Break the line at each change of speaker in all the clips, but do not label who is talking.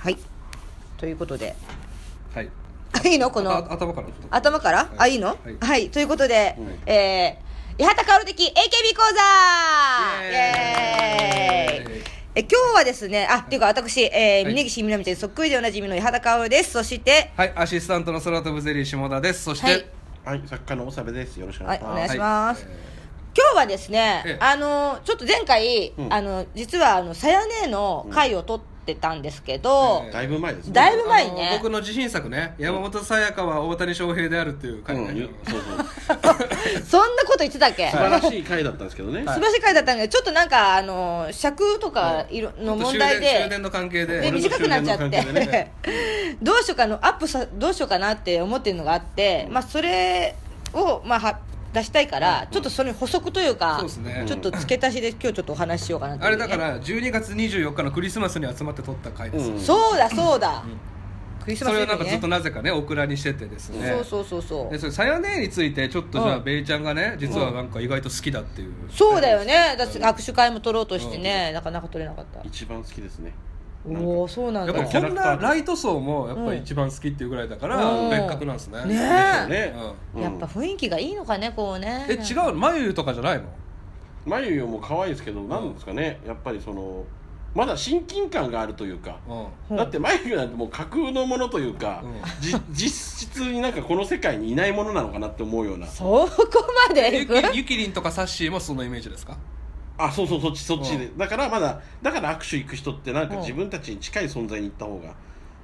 はいということで
はい
いいのこ
あ
の
頭からちょっと
頭から、あいいのは
はいい、
ということで、えー、八幡薫的 AKB 講座イエーイ
イエーイ
え今日はですねあっていうか私、えー、
はい
峯岸みなみちゃんにそっくりでおなじみの八幡薫ですそして
はいアシスタントの空飛ぶゼリー下田ですそして、
はい
はい、作家のおさべです。よろしくお願いしま
はい
す。
お願いし
は
ます
え
今日はですね、
ええ
あのちょっと前回、
うん
あの実はあのさやねの回を撮ってたんですけど、
ええ
だいぶ前ですね。
だい
ー
ぶ前に
あ
ね
の僕の自信作ね山本さやかは大谷翔平であるっていう
う
回
ん、
ね、
そうそう。
そんなこと言ってたっけ、
素晴らしい回だったんですけどね。
素晴らしい回だったんだけどちょっとなんかあの尺とかいろの問題
ちょっと終電終
で
電の関係で
で
俺の
短くなっちゃって、
終電の関係で
どうしようかのアップさどうしようかなって思ってるのがあって、まあ、それを、まあ、は出したいから、ちょっとそれに補足というか
そうですね
ちょっと付け足しで今日ちょっとお話ししようかなってい
あ
う
れ
ね、
だから12月24日のクリスマスに集まって撮った回です、
うん
そうだそうだ、クリス
そ
マス
れ
イ
をなん
ブね
かずっとなぜかねオクラにしててですね
そうそうそうそう
でそれさよねについてちょっとじゃあ、
うん
ベイちゃんがね実はなんか意外と好きだっていう、
そうだよねだって握手会も取ろうとしてね、なかなか取れなかった
一番好きですね。
おおそうなん
や
だ
っぱり
キャ
こんなライト層もやっぱり一番好きっていうぐらいだから、
うん
別格なんですね
ね
ね
え、やっぱ雰囲気がいいのかねこうね
え違う眉とかじゃないの
眉毛も可愛いですけど、なんですかね。やっぱりそのまだ親近感があるというか。
うん
うん
だって眉毛なんてもう架空のものというか、
うん
じ実質になんかこの世界にいないものなのかなって思うような
そこまで
ゆ
いく
きゆきりんとかサッシーもそのイメージですか
あそうそうそっちそっちで、
う
だからまだだから握手行く人ってなんか
うん
自分たちに近い存在に行った方が、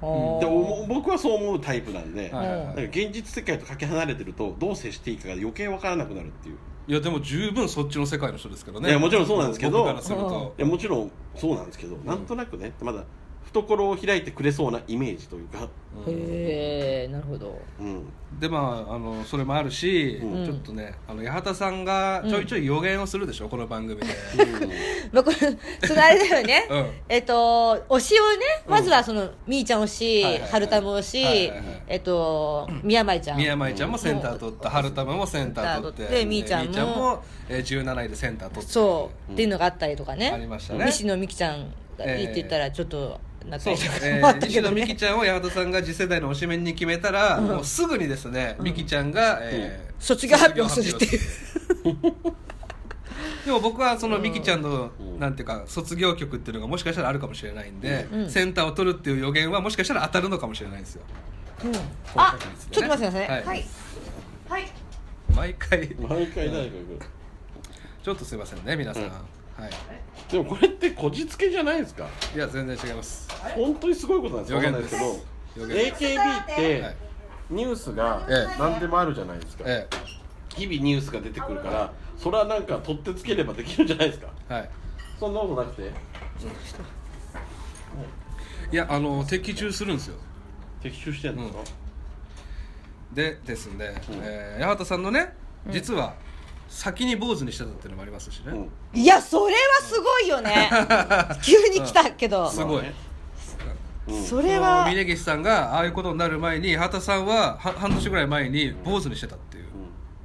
お
で
ー
お僕はそう思うタイプなんで、
はいはいは
なんか
い
現実世界とかけ離れてるとどう接していいかが余計わからなくなるっていう
いやでも十分そっちの世界の人ですけどね
いやもちろんそうなんですけど
僕からすると
いやもちろんそうなんですけど、なんとなくねまだ懐を開いてくれそうなイメージというか、
へえなるほど
うん、
でまああのそれもあるし、
うん
ちょっとねあの八幡さんがちょいちょい予言をするでしょ、この番組で、
まあこれそのあれだよね、
うん
えっと推しをねまずはその、みーちゃん推し、
はいはいはい
はるたむ推し、
はいはいはい
えっと宮前ちゃん
宮前ちゃんもセンター取った、春玉もセンター取って
センター取ってみーちゃんも
みーちゃんも、えー、17位でセンター取って
そう、っていうのがあったりとかね
ありましたね
西野美紀ちゃんがいいって言ったらちょっと仲
そう
良
で
く
す
な
ね
もあった
西
けど
野美
ね
紀ちゃんを八幡さんが次世代の推しメンに決めたら、もうすぐにですね美紀ちゃんが、えー
卒業発表するっていう
でも僕はその美紀ちゃんの、なんていうか卒業曲っていうのがもしかしたらあるかもしれないんで、センターを取るっていう予言はもしかしたら当たるのかもしれないんですよ、
あち
高確率でね
ょっと待ってくださいね
はい
はいはい
毎回
毎回誰かが
ちょっとすいませんね皆さん、
うん
はい
でもこれってこじつけじゃないですか
いや全然違います
本当にすごいことなんですよわかんないですけど
予言です
AKB って、
はい
ニュースが
ええ
何でもあるじゃないですか、
え
日々ニュースが出てくるからそれはなんか取ってつければできるんじゃないですか
えはい
そんなことなくて
いやあの的中するんですよ
的中してんですか、
でですね、えー八幡さんのね実は先に坊主にしてたっていうのもありますしね、
うん
いやそれはすごいよ ね急に来たけど
すごい、
まあね
それは
峰岸さんがああいうことになる前に八幡さんはは半年ぐらい前に坊主にしてたっていう、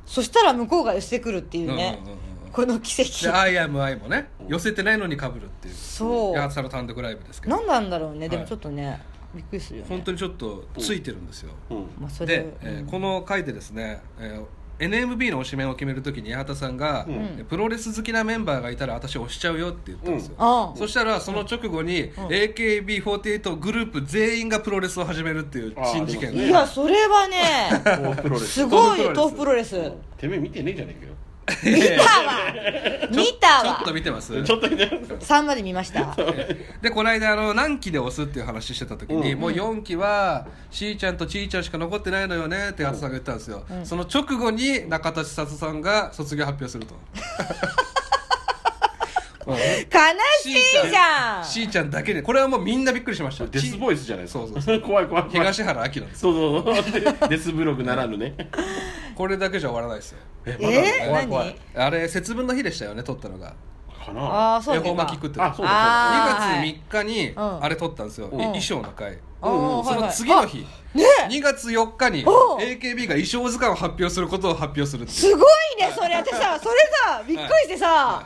そしたら向こうが寄せてくるっていうね
うんうんうんうん
この奇
で「
跡
I am I」もね寄せてないのにかぶるっていう
そう
八幡さんの単独ライブですけど
何なんだろうねでも
はい
ちょっとねびっくりするよね
本当にちょっとついてるんですよ、
うんうん
まあそれ
で、えーこの回でですね、えー NMB の推しメンを決めるときに八幡さんが、プロレス好きなメンバーがいたら私推しちゃうよって言ったんですよ、
ああ
そしたらその直後に AKB48 グループ全員がプロレスを始めるっていう新事件
あー
いやそれはね
もうプロレス
すごいよ
豆
豆
腐
腐
プ
プロレス
てめえ見てねえじゃねえかよ
見たわ見た
ちょっ
わ
と見てます
ちょっと見てます
3まで見ました
でこの間あの何期で押すっていう話してた時に、もう4期はしーちゃんとちーちゃんしか残ってないのよねって八幡さんが言ったんですよ、その直後に中田千里さんが卒業発表す るとうん
悲しいじゃん
しーちゃんだけでこれはもうみんなびっくりしました
デス
イ
ボイスじゃないですか
そうそうそ
怖い怖い怖い
東原明なんです
そうそうそうデスブログならぬね
これだけじゃ終わらないですよ
え
え
怖い怖
何
いあれ節分の日でしたよね撮ったのが
かな
ああそう
恵
な
方
んだ
巻き食って
あ
た
そう
あ
だ
ー
2月3日に
うん
あれ撮ったんですよ、い衣装の回、
あー
うんうん
はい
そ
は
の
い
次の日、
ねえ
2月4日に
おう
AKB が衣装図鑑を発表することを発表するっていう
すごいねそれ私さそれさびっくりしてさ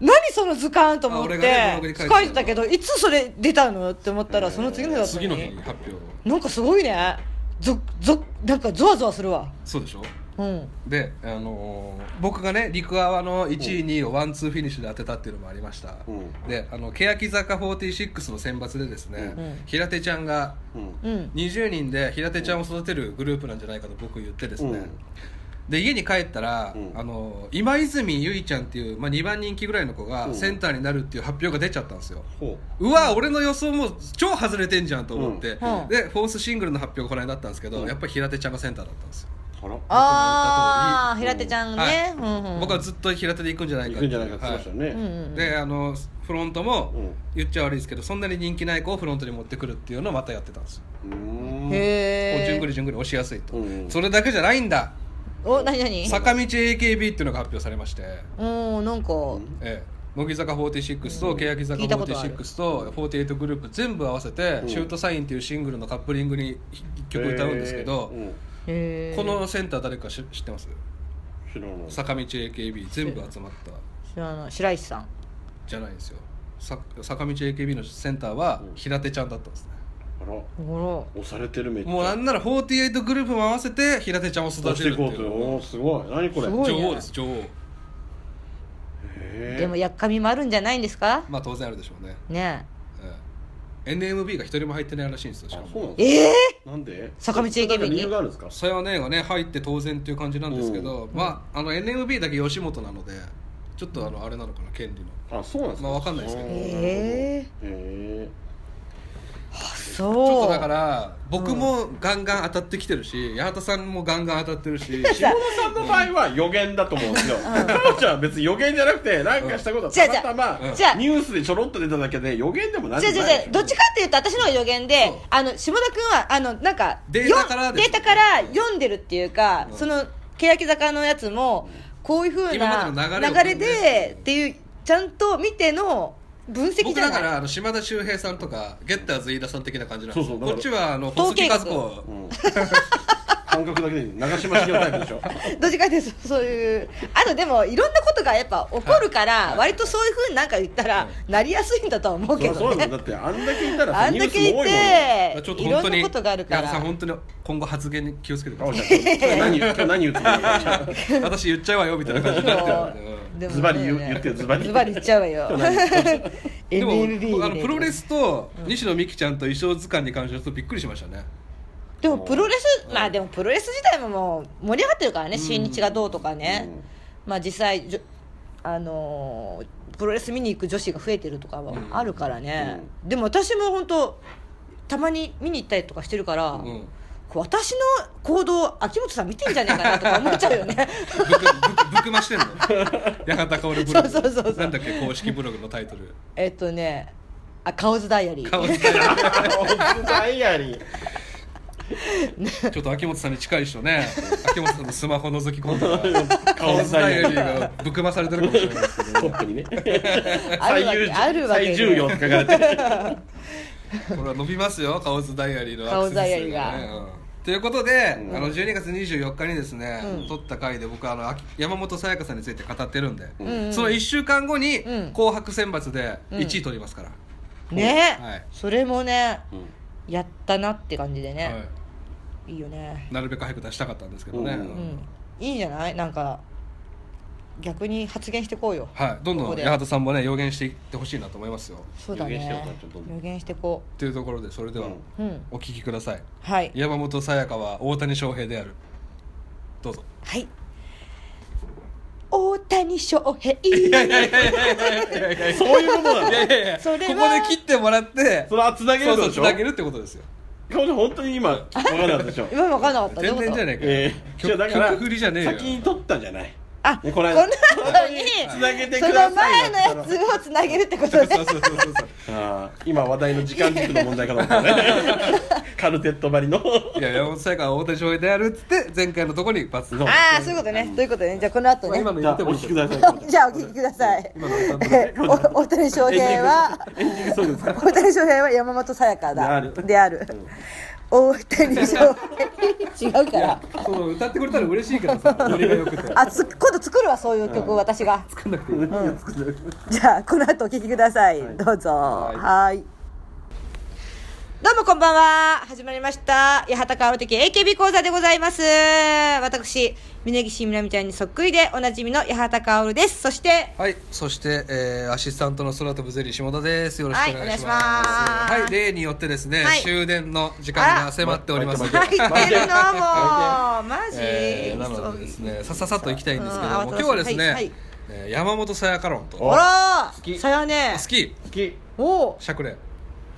何その図鑑と思って、
あ俺がねブログに書
書
いてたの
いてたけどいつそれ出たのって思ったら、その次の日だった
次の日
いい発表
なんかすごいねぞぞなんかゾワゾワするわ
そうでしょ
うん
で、あのー僕がね陸泡の1位2位をワンツーフィニッシュで当てたっていうのもありました、
うん
であの欅坂46の選抜でですね、
うん
平手ちゃんが
うん
うん
20人で平手ちゃんを育てるグループなんじゃないかと僕言ってですね、
うん
で家に帰ったら、
うん
あの今泉ゆいちゃんっていう、まあ、2番人気ぐらいの子
う
が
ん
センターになるっていう発表が出ちゃったんですよ、
ほ
うわ俺の予想も超外れてんじゃんと思っ
う
て、
ん
でフォースシングルの発表がこの間だったんですけど、
うん
やっぱり平手ちゃんがセンターだったんですよ、
うあら
ああ
僕の言った通り
平手ちゃんね、うんうん、
僕はずっと平手で行くんじゃない
行
か
くんじゃないかって言ってました
は
よ
い
ね、
うんうん
であのフロントも、
うん
言っちゃ悪いですけどそんなに人気ない子をフロントに持ってくるっていうのをまたやってたんですよ、
うん
へ
こうじゅん
え
ぐりじゅんぐり押しやすいと、
うん
それだけじゃないんだ
お何何
坂道 AKB っていうのが発表されまして、
うんなんか、
ええ、乃木坂46と欅坂
聞いたことある
46と48グループ全部合わせて「
うん
シュートサイン」っていうシングルのカップリングに1曲歌うんですけど
へーうん
へえ
このセンター誰か知知ってます
知らない
坂道 AKB 全部集まった
知らない白石さん
じゃないんですよさ坂道 AKB のセンターは
うん
平手ちゃんだったんですね
あら
ほ
押されてるめっちゃ
もうなんなら48グループも合わせて平手ちゃんを育
押してて
る
い
って
こう
い
と
う
おーすごい何これ
すごいね
女王です女王
ら
へ
でもやっかみもあるんじゃないんですか
まあ当然あるでしょうね、
ね
ええ NMB が一人も入ってないらしいんですよし
ー
か
あ
も
そうなん
え
です
え
かなんで
坂道 AKB に
なんか理由があるんですか
さやねがね入って当然っていう感じなんですけど、まああの NMB だけ吉本なのでちょっとあのあれなのかな権利の
あそうなんですか
まあわかんないですけど
あー
へ
へ
そう
ちょっとだから僕もガンガン当たってきてるし八幡さんもガンガン当たってるし
ー下野さんの場合は予言だと思うんですよ彼女は別に予言じゃなくてなんかしたことは
じゃあ
たまたま
じゃあ
ニュースでちょろっと出ただけで予言でも何
じ
で
ゃ
も
じゃ
ない
じゃどっちかっていうと私の方が予言
そ
で
う
あの下田君はあのなんか
データから
よん
です
デ
ね
ータから読んでるっていうか、
うん
その欅坂のやつもこういうふうな
今までの流れを
流れでっていうちゃんと見ての分析
僕
じゃ
だ
な
か
い
らあの島田秀平さんとかゲッターズ飯田さん的な感じなんですよ
そうそうだ
こっ
から
ちはあの細
統
木
計
和
学
子
うん感覚だけで長嶋茂雄タイプでしょ
どっちかっていうとそういうあとでもいろんなことがやっぱ起こるから、
はい
割とそういうふうになんか言ったら、なりやすいんだとは思う
そ
け
りゃそう
ど
なんだ
ね
よだってあんだけいたら
あ
さ
ん
ニュ
だ
ース
けい
も多いもん
て
ちょっと
いろ
本当
ん
に
なことがあるか
矢田さん
ら
本当に今後発言に気をつけてく
あお
だ
ち
さ
ゃん今日何今日何言ってる
い私言っちゃうわよみたいな感じになってるんでうん
でもね
ズバリ言う言ってよズバリ
ズバリ言っちゃうわよ
でも
NMB
あのプロレスと西野美紀ちゃんと衣装図鑑に関してはちょっとびっくりしましたね
でもプロレスまあでもプロレス自体ももう盛り上がってるからね新日がどうとかね
うん
まあ実際じょあのープロレス見に行く女子が増えてるとかはあるからねでも私も本当たまに見に行ったりとかしてるから
ん
こう私の行動秋元さん見てんじゃねえかなとか思っちゃうよね
ぶくぶくぶくましてんの八幡薫ブログ
そうそうそうそう
なんだっけ公式ブログのタイトル
えっとねあカオズダイアリー
顔つけない
ダイアリー
ちょっと秋元さんに近い 人ね秋元さんのスマホ覗き込んだら
顔
顔スタ
ダ
イ
イア
ル
リー
がぶくまされてるかもしれないですけ
トップにね
あるわけあるわけ
最重要って書かれてる
どこれは伸びますよ顔ズダイアリーのアク
カオズ
セス数
ダイアリーが
うんということで、
うん
あの12月24日にですね、
うん
撮った回で僕あの秋山本さやかさんについて語ってるんで、
うんうん
その1週間後に
う
「
ん
紅白選抜」で1位取りますから、
ね
はい
それもね
うん
やったなって感じで
は
ね
い
いいよね
なるべく早く出したかったんですけどね、
うん
うん、いいんじゃないなんか逆に発言してこうよ
はい、どん
こ
ど
こ
ん
で
八幡さんもね予言していってほしいなと思いますよ
そうだ
予言してよ
ね
ちょっと
予言してこ
というところでそれでは
うん
ううん
お聞きください、
はい
山本さやかは大谷翔平であるど うぞ
はい大谷翔平
そういうことなの
いやいやいやこ
そ
こ
れ
で
は
切ってもらって
それはつなげ
そ
る
うそう
のでし
つ
ょ
なげるってことですよ
これ本当に今わからなかったでしょ
今分かんなかった
全然じゃね
い
え
え
え
かよ、曲曲振りじゃねえよ
先に取ったんじゃない
あ
ね
こ
こ
の
の
後
間
に
つなげて
そ
く
の
ださ
前
い
の
だった
や
ら
つをつなげるってこと
そう
ね
そうそうそう
ああ今話題の時間軸の問題かと思ったねカルテットばりの
いや山本さやかは大谷翔平であるっつって前回のところにバツ
そう
ああそういうことねということねじゃあこの後
まあ
ね
今の
じゃ
や
あ
って
お
も
聞
らっ
き
て
ください
じゃあお聞きください
今の歌って
えお大谷翔平は
エンディングソングですか
大谷翔平は山本さやかだ
である
である大谷翔平違うか
いや
ら
その歌ってくれたら嬉しいからさノリがよくて
あつ今度作るわそういう曲、私が
作んなくていい、
じゃあこの後お聞きください、どうぞは
はい
いどうもこんばんは始まりました八幡薫的 AKB 講座でございます私峯岸みなみちゃんにそっくりでおなじみの八幡薫ですそして
はい、そして、えーアシスタントの空飛ぶゼリー下田です。よろしくお願いします。
はいお願いします
はい例によってですね、
はい
終電の時間
あら
が迫っております。
はい
入ってるのも
巻いて
うマジ、
えーなのでですね、さささっと行きたいんですけども
うん、
今日はですね、
はいはい
えー山本さやかろんと
お
あら
好き
さやね
スキ
好きい
おお
ー、しゃくれ、
や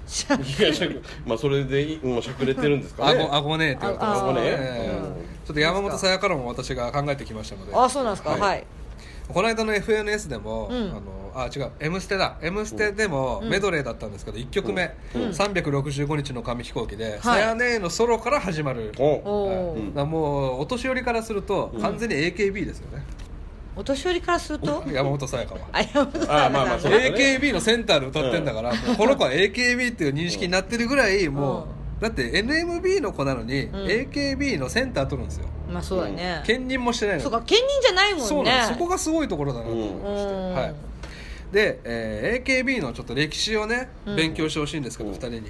しゃくまあそれでいいもうしゃくれてるんですか
あ
ね
ごあごねーって言われてます
あごねー
えー
うん
ちょっと山本さやかろんを私が考えてきましたので、
あそうなんですかはい、
この間の FNS でも、
うん
あのあ違う「M ステ」だ「M ステ」でもメドレーだったんですけど、1曲目、365日の紙飛行機で「さやねー」のソロから始まる、
お
お
お、
だからもうお年寄りからすると完全に AKB ですよね、
お年寄りからすると
山本さやかは。
あ山本さん
あまあまあそうだね
AKB のセンターで歌ってんだから、もうこの子は AKB っていう認識になってるぐらいもう、だって NMB の子なのに、AKB のセンター取るんですよ
まあそうだね、
兼任もしてないのに
そうか兼任じゃないもんね
そうなんですそこがすごいところだなと思いまして、
うん
はい、で、えー AKB のちょっと歴史をね
うん
勉強してほしいんですけど、
うん
2人に、
うん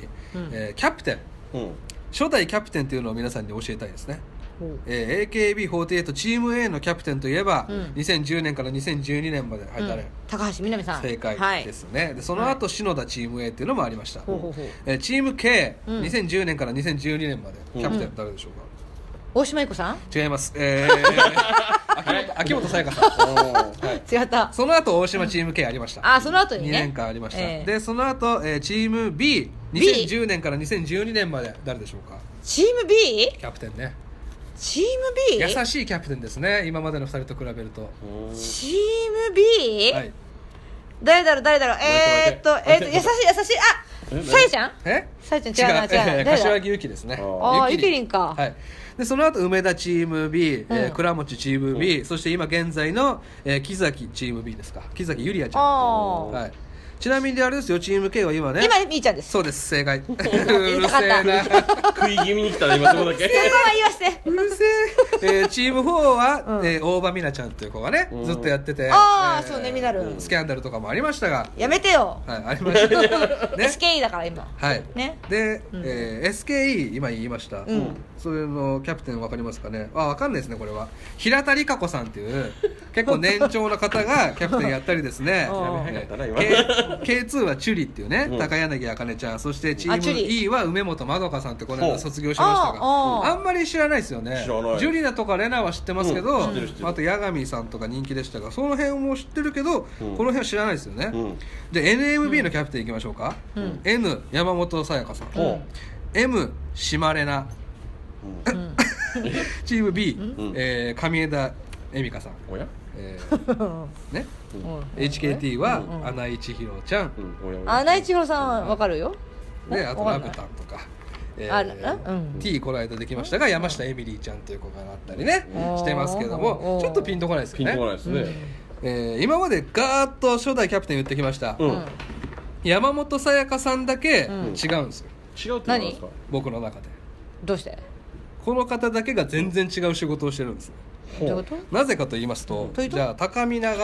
えーキャプテン
うん
初代キャプテンというのを皆さんに教えたいですね、
ほう
えー AKB48 チーム A のキャプテンといえば、
うん
2010年から2012年まで、はい誰
うん高橋みなみさん
正
は
解
い
ですね、でその後、篠田チーム A っていうのもありました、
ほうほうほう
えーチーム K、
うん
2010年から2012年までキャプテン誰でしょうか、
大島優子さん
違いますえ ー秋元秋元才加さん
違った
その後大島チーム K ありました、
あその後にね
2年間ありました、
ええ
でその後、えーチーム B2010 年から2012年まで誰でしょうか
チーム B
キャプテンね
チーム B
優しいキャプテンですね今までの2人と比べると、
チーム B、
はい、
誰だろう誰だろうえー、っと
待
え
って待って
ー、っと優しい優しい
え
あ
何
さえちゃん
え
さえちゃん違うな違うな
え
誰
ー
だ
柏木由紀ですね
あ
ーゆきりんか
はいでその後梅田チーム B、えー
うん
倉持チーム B、そして今現在の、えー木崎チーム B ですか木崎ゆりあちゃん
あー
はい、ちなみにあれですよチーム K は今ね
今みーちゃんです
そうです正解うるせ
言いたかった
えな
食い気味に来たね今そこだけ
そこは言わして
うるせえ えーチーム4は、えー大場美奈ちゃんという子がね、ずっとやってて
あー
え
そうね美奈るん
スキャンダルとかもありましたが、
やめてよ、
はい、ありました ね
SKE だから今
はい、
ね
で、えー SKE 今言いました、
ん
それのキャプテンわかりますかねあわかんないですねこれは平田理香子さんっ ていう結構年長の方がキャプテンやったりですね
うん
ね
やべ早かったな今
K- K2 はチュリっていうね、
うん
高柳あかねちゃんそしてチ
あチュ
ーム
リ
E は梅本まどかさんってこの間卒業しました
ほう
が
あー
あんまり知らないですよね
知らない
ジュリナとかレナは知ってますけど、
うん知ってる知ってる
あと八神さんとか人気でしたがその辺も知ってるけど、この辺知らないですよね、
うん
で NMB のキャプテンいきましょうか、N 山本さやかさん、
うん
M 島れな、チーム B、
ん
えー上枝恵美 香さん、
おや
えーね、HKT は、穴井千尋ちゃん、
うんおやおや
穴井千尋さんわかるよ
であと
わか
ラ
んない
ブタンとか、え
あらうん
T この間できましたが山下エミリーちゃんという子があったりね、
うん
してますけど
う
も
ん
ちょっとピンとこないです
ピ
よ
ン
ね
とこないですね
えー今までガーッと初代キャプテン言ってきました、
うん
うん
山本さやかさんだけ違うん
ん
ですよ、
違うってことですか
僕の中で
どうして
この方だけが全然違う仕事をしてるんですね
どういうこと
なぜかと言いますと
というと
じゃあ高見永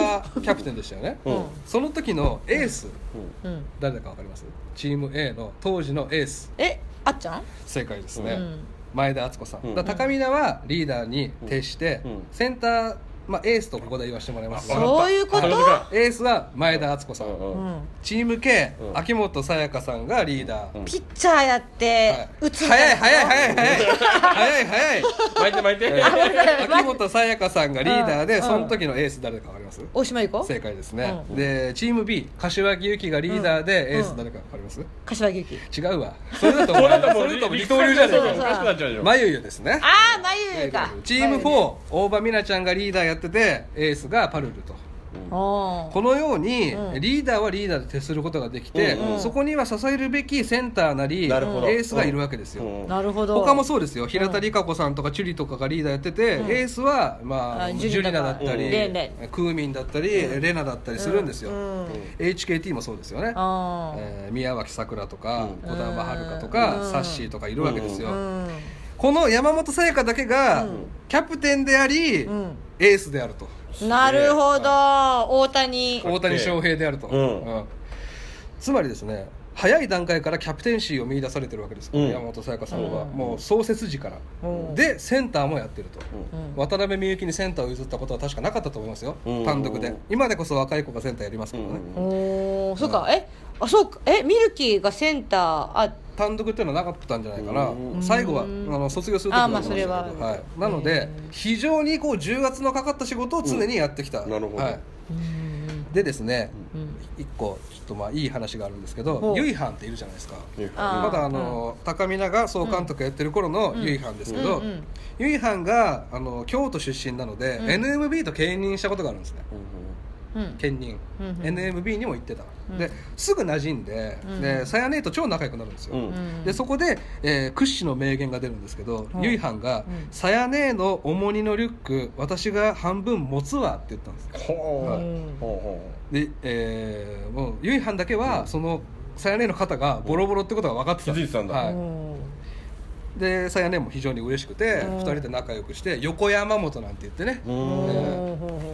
キャプテンでしたよね、
うん
その時のエース
うん
誰だかわかりますチーム A の当時のエース
えあっちゃん
正解ですね、
うん
前田敦子さん、
うん
だから高見菜はリーダーに徹して、
うんうん
センター、まあ、エースとここで言わせてもらいます
あわか
そ
っ
ういうこと
あそうか
エースは前田敦子さん、
うん
う
うん
ん
チーム K、
うん
秋元さやかさんがリーダー、
うん
ピッチャーやって
は
打
い
つ
早い早い早い早い早い早い
巻いて巻いて
秋元さやかさんがリーダーで、
うん
その時のエース誰だかわかります
大島優子
正解ですね、
う
でチーム B 柏木由紀がリーダーで、
うん
エース誰かわかります、
柏木由紀
違うわそれだと思う
こ れだとも
そうれだともう
二
二刀
刀流
流じ
じ
ゃねえか
ゃねえかよおかしくなっちゃうじゃん
まゆゆですね
ああまゆゆか
チーム4大場美奈ちゃんがリーダーやっててエースがパルルと
あ
このように、
うん
リーダーはリーダーで徹することができて、
うん
うん
そこには支えるべきセンターなり
なるほど
エースがいるわけですよ、
うん
あなるほど
他もそうですよ平田理香子さんとかチュリとかがリーダーやってて、
うん
エースは、まあ、
あ
ジ
ジュ
ュリ
リ
ナ
ナ
だ
だ
ったり、
うん
レンレ
クーミンだったり、レナだったりするんですよ、
ううん
HKT もそうですよね、
あー
えー宮脇さくらとか
うん
児玉遥とか、
うん
サッシーとかいるわけですよ、
うん
この山本さやかだけが、
うん
キャプテンであり、
うん
エースであると
なるほど大谷
大谷翔平であると、
うん
うんつまりですね早い段階からキャプテンシーを見出されてるわけですから、
うん
山本さやかさんは、
うん
もう創設時から、
うん
でセンターもやってると、
うん
渡辺美幸にセンターを譲ったことは確かなかったと思いますよ、
うん
単独で今でこそ若い子がセンターやりますけどね、
うん
おおそうかえあそうかえミルキーがセンターあ
単独っていうのはなかったんじゃないかな、
うん
最後はあの卒業する時に
あまあそれは
なりましたけどはい、なので非常にこう重圧のかかった仕事を常にやってきた、
うんなるほど
はい、
うん
でですね
うん
一個ちょっとまあいい話があるんですけ
ほ
ど
う
ゆいはんっているじゃないですか
あー
まだあの、高見菜が総監督やってる頃の
うん
ゆいはんですけど、
うんうん
ゆいはんがあの京都出身なので、
うん
NMB と兼任したことがあるんですね
うん
兼任、
うんうん
NMB にも行ってた、
うん
ですぐ馴染んで
うん
でさや姉と超仲良くなるんですよ、
うん
うん
でそこで、えー屈指の名言が出るんですけど、
うん
ゆいはんが
うん
「さや姉の重荷のリュック私が半分持つわ」って言ったんです
ほう
う
はい
ん
ほうほ
で、えー、もうゆいはんだけは、そのさやねの肩がボロボロってことが分かってた
気づいてたんだ
は
うん
い、でさやねも非常に嬉しくて、
うん
二人で仲良くして横山本なんて言ってね、
ううん
ほうほ
え
うほうほ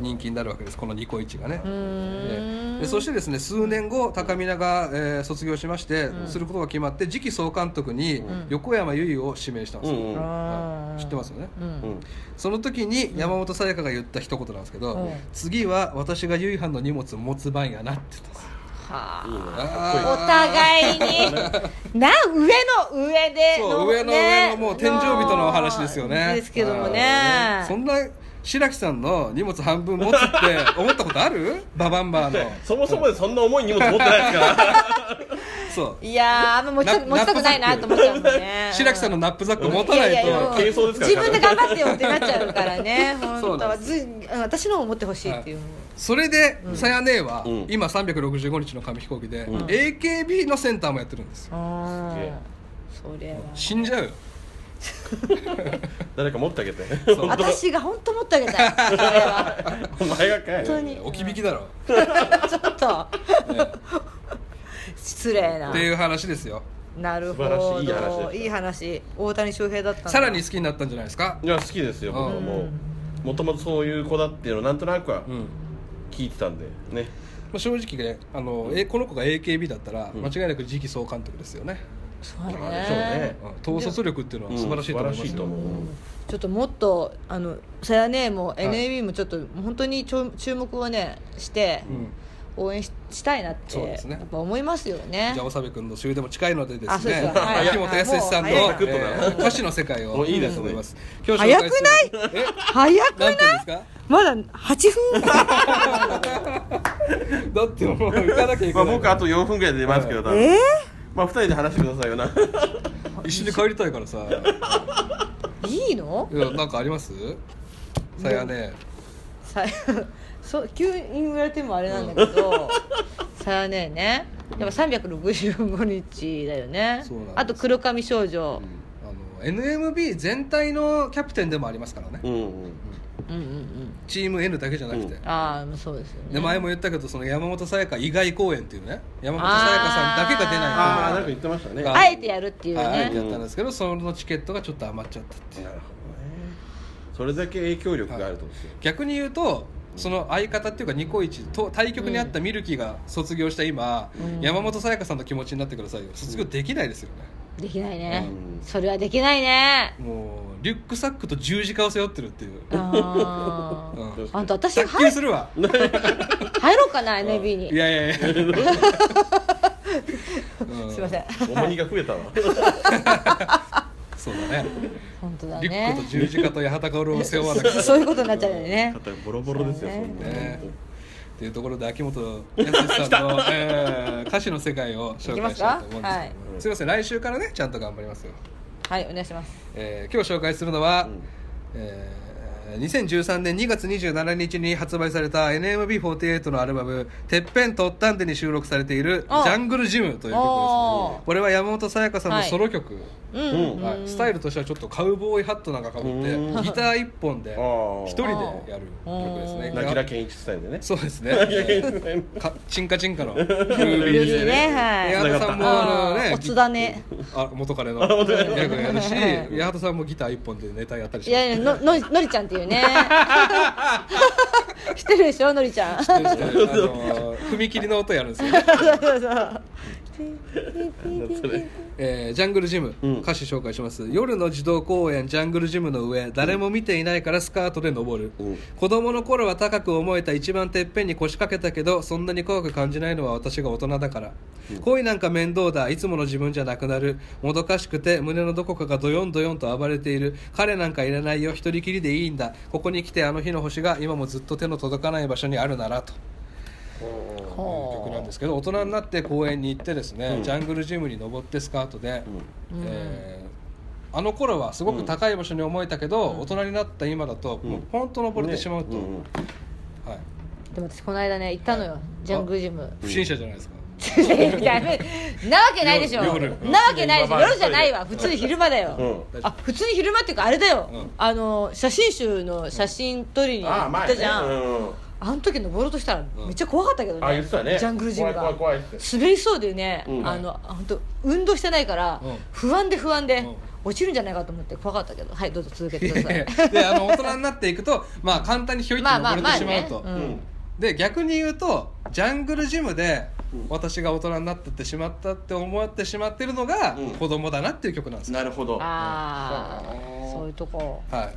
人気になるわけですこのニコイチがね
うう、ーん
でそしてですね数年後高見菜が、えー卒業しまして、
うん
することが決まって次期総監督に
うん
横山由依を指名したんですよ、
うんうん
あ
は
ー
い知ってますよね
う
うんん
その時に山本さやかが言った一言なんですけど、
うん
次は私がゆいはんの荷物持つ番やなって言ったんですよ
はい
い
あ
ね
お
かっ
互い にな上の上で
そう
の
上の
ね
上のもう天井人のお話ですよね
のですけども
あ
ね
ーそんな白木さんの荷物半分持つって思ったことあるババンバーの
こいいそもそもでそんな重い荷物持ってないですから
そう
いやーあんま持ちた
な
く持ちたくないなと思っちゃうもんね
白木さんのナップザック持た
い
な
やいや
い
い
と
や
もう軽装ですから
自分で頑張ってよってなっちゃうからね
そう
本当
なん
は
で
ずいうん私のも持ってほしいっていう、
それでさや姉は
うん
今365日の紙飛行機で AKB のセンターもやってるんですよ
あ
すげ
ー
え
それ
死んじゃうよ
誰か持ってあげて
う
は私が本当持ってあげたいそれは
お前がかい
本当 に
置き引きだろ
ちょっと失礼な
っていう話ですよ
なるほ
素晴
ど
らしいいい話でした
いい話大谷翔平だったんだ
さらに好きになったんじゃないですか
いや好きですよ僕はもうもともとそういう子だっていうのをなんとなくは
うん
聞いてたんでね
まあ正直ねあのえこの子が AKB だったら間違いなく次期総監督ですよね
そうね
まあでしょうね
うん統率力っていうのは素晴らしいと思いますよ
うん素晴らしいと思う
ちょっともっとあのさやねも NAB もちょっと本当にちょ注目をねして
うん
応援ししたいなっ
そうで
て
すね
やっぱ思いますよね
じゃあ、おさべ君の終でも近いのでで
あ
す
そうです
ね、
かはい
秋元康さんの、
もう
え
早い
な
ー歌詞の世界
も
を
ういいですね
思ます。今日紹
早
介
く
す
ない
るえ
早く
何分ですか
まだ8分
だってもう行かなきゃいけ
ま
な
あ
い。
僕あと4分ぐらいで出ますけど 多分
え
まあ2人で話してくださいよな
一緒に帰りたいからさ。
ー、いいの
いやなんかあります？さやね。
さ そう急に言われてもあれなんだけど、 さやねえねやっぱ365日だよね
そうなんです
あと黒髪少女、
あの NMB 全体のキャプテンでもありますからね
う。んう
う
ん
ん、うんうん
チーム N だけじゃなくて。
ああそうですよね
で前も言ったけどその山本さやか以外公演っていうね山本さやかさんだけが出ない
ああ
公演
なんか言ってましたね
あ
あえてやるっていう
はいあえて
ね
やったんですけどそのチケットがちょっと余っちゃったっていう
なるほどねそれだけ影響力があると思うんですよ
逆に言うとその相方っていうかニコイチと対局にあったミルキーが卒業した今、
うん
山本さやかさんの気持ちになってくださいよ卒業できないですよね、
できないね、
うん
それはできないね
もうリュックサックと十字架を背負ってるっていう、
あ
う
ー
ん、
あんた私
卓球
入
するわ
入ろうかな NB
い
に
やい やいや、うん
すいません
重荷が増えたわ
そうだね
本当だ
リュック
ね
と十字架と八幡薫を背負わなきゃっ
そういうことになっちゃうよね
肩ボロボロですよそ
そうね
んな
ねていうところで秋元康さん の、えー歌詞の世界を紹介したいと思う
いき
んですけども
ますかはい
すいません来週からねちゃんと頑張りますよ
はいお願いします
えー今日紹介するのは、
うん
えーえー2013年2月27日に発売された NMB48 のアルバム「てっぺんとったんで」に収録されている「ジ
あ
ャングルジム」という曲ですね
あー
これは山本さやかさんの
はい
ソロ曲、
う
うん
ん
はいスタイルとしてはちょっとカウボーイハットなんかかぶって
うん
ギター1本で
ああ
一人でやる曲ですね
うん
なぎら健一スタイルでね
そうですねかチ
健
ンカチンカのムービーで
ねはい
八幡さんもあの
あ
ね
ーおつだね
あ元彼のギャグやるし八幡さんもギター1本でネタやったりし
い
ます
やいやののりのりちゃんっていう ね知ってるでしょのりちゃん そ
あの踏切の音やるんですよ、ね
うそうそう
えージャングルジム、
うん
歌詞紹介します夜の児童公園ジャングルジムの上誰も見ていないからスカートで登る、
うん
子供の頃は高く思えた一番てっぺんに腰掛けたけどそんなに怖く感じないのは私が大人だから、恋なんか面倒だいつもの自分じゃなくなるもどかしくて胸のどこかがドヨンドヨンと暴れている彼なんかいらないよ一人きりでいいんだここに来てあの日の星が今もずっと手の届かない場所にあるならと曲なんですけど大人になって公園に行ってですね、
うん
ジャングルジムに登ってスカートで、
うん
えーあの頃はすごく高い場所に思えたけど、大人になった今だと、
うん
もうポンと登れてしまうと、
んん
はい、
でも私この間ね行ったのよジャングルジム
不審者じゃないですか、
ダメなわけないでしょなわ
夜
けないでしょ
夜
夜じゃないわ普通に昼間だ
う
よ
ん
あ普通に昼間っていうかあれだよ
うん
あの写真集の写真撮りに
ああ
行っ
前
た
ね
じゃん
うん
あの時登ろうとしたら
うん
めっちゃ怖かったけど
あ言ってたね
ねジャングルジム
怖い
が
怖い怖いって
滑りそうでね
うん
あの本当運動してないから
うん
不安で不安で
うん
落ちるんじゃないかと思って怖かったけどはいどうぞ続けてください
であの大人になっていくと、まあ、簡単にひょいっと
まあまあ
登れ
ま
て
あ
しまう
ね
と、
う
うんん
で逆に言うとジャングルジムで私が大人になってってしまったって思ってしまってるのが、
うん
子供だなっていう曲なんですよ
なるほど
あ
うん
あそういうとこ
は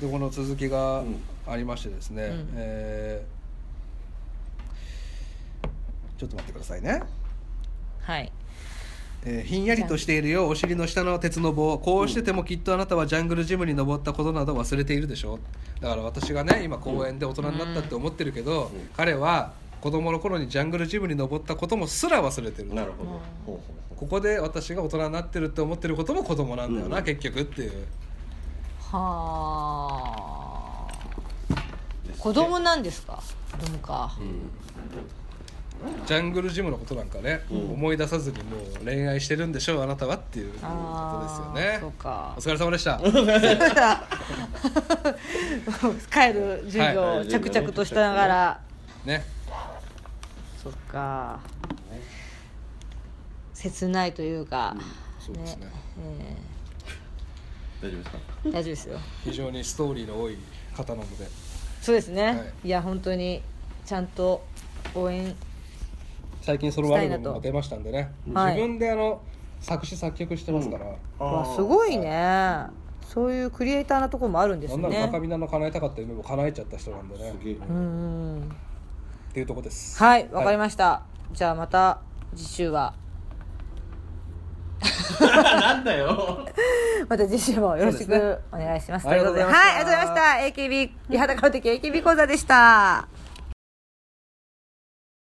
い、でこの続きが
うん
ありましてですね、
うん
えーちょっと待ってくださいね、
はい
えーひんやりとしているよお尻の下の鉄の棒こうしててもきっとあなたはジャングルジムに登ったことなど忘れているでしょうだから私がね今公園で大人になったって思ってるけど、
うん
彼は子供の頃にジャングルジムに登ったこともすら忘れてる
なるほ
うん
どほうほう
ここで私が大人になってるって思ってることも子供なんだよな、
うん
結局っていう
はあ
ほう
子供なんですか子供か
ジャングルジムのことなんかね、
うん
思い出さずにもう恋愛してるんでしょうあなたはっていうこと
あ
ですよ
あ
ね
そうか
お疲れ様でした
帰る授業を着々としながら、
ね
そっか切ないというか、
そうですね
え
大丈夫ですか
え大丈夫ですよ
非常にストーリーの多い方なので
そうですね、
はい
い、や本当にちゃんと応援
最近ソロアルバムも出ましたんでね、
はい
自分であの作詞作曲してますから、
はす
い
ごいねそういうクリエイターなところもあるんです
なんなら若
ね
みなの叶えたかった夢も叶えちゃった人なんでね
すげえ
うんうん
っていうとこです
はいわかり
ま
ました、じゃあまた次週は
なんだよ
また次週もよろし
そうです
くお願いします
ありがとうございました
はいありがとうございました AKB 美肌顔的 AKB 講座でした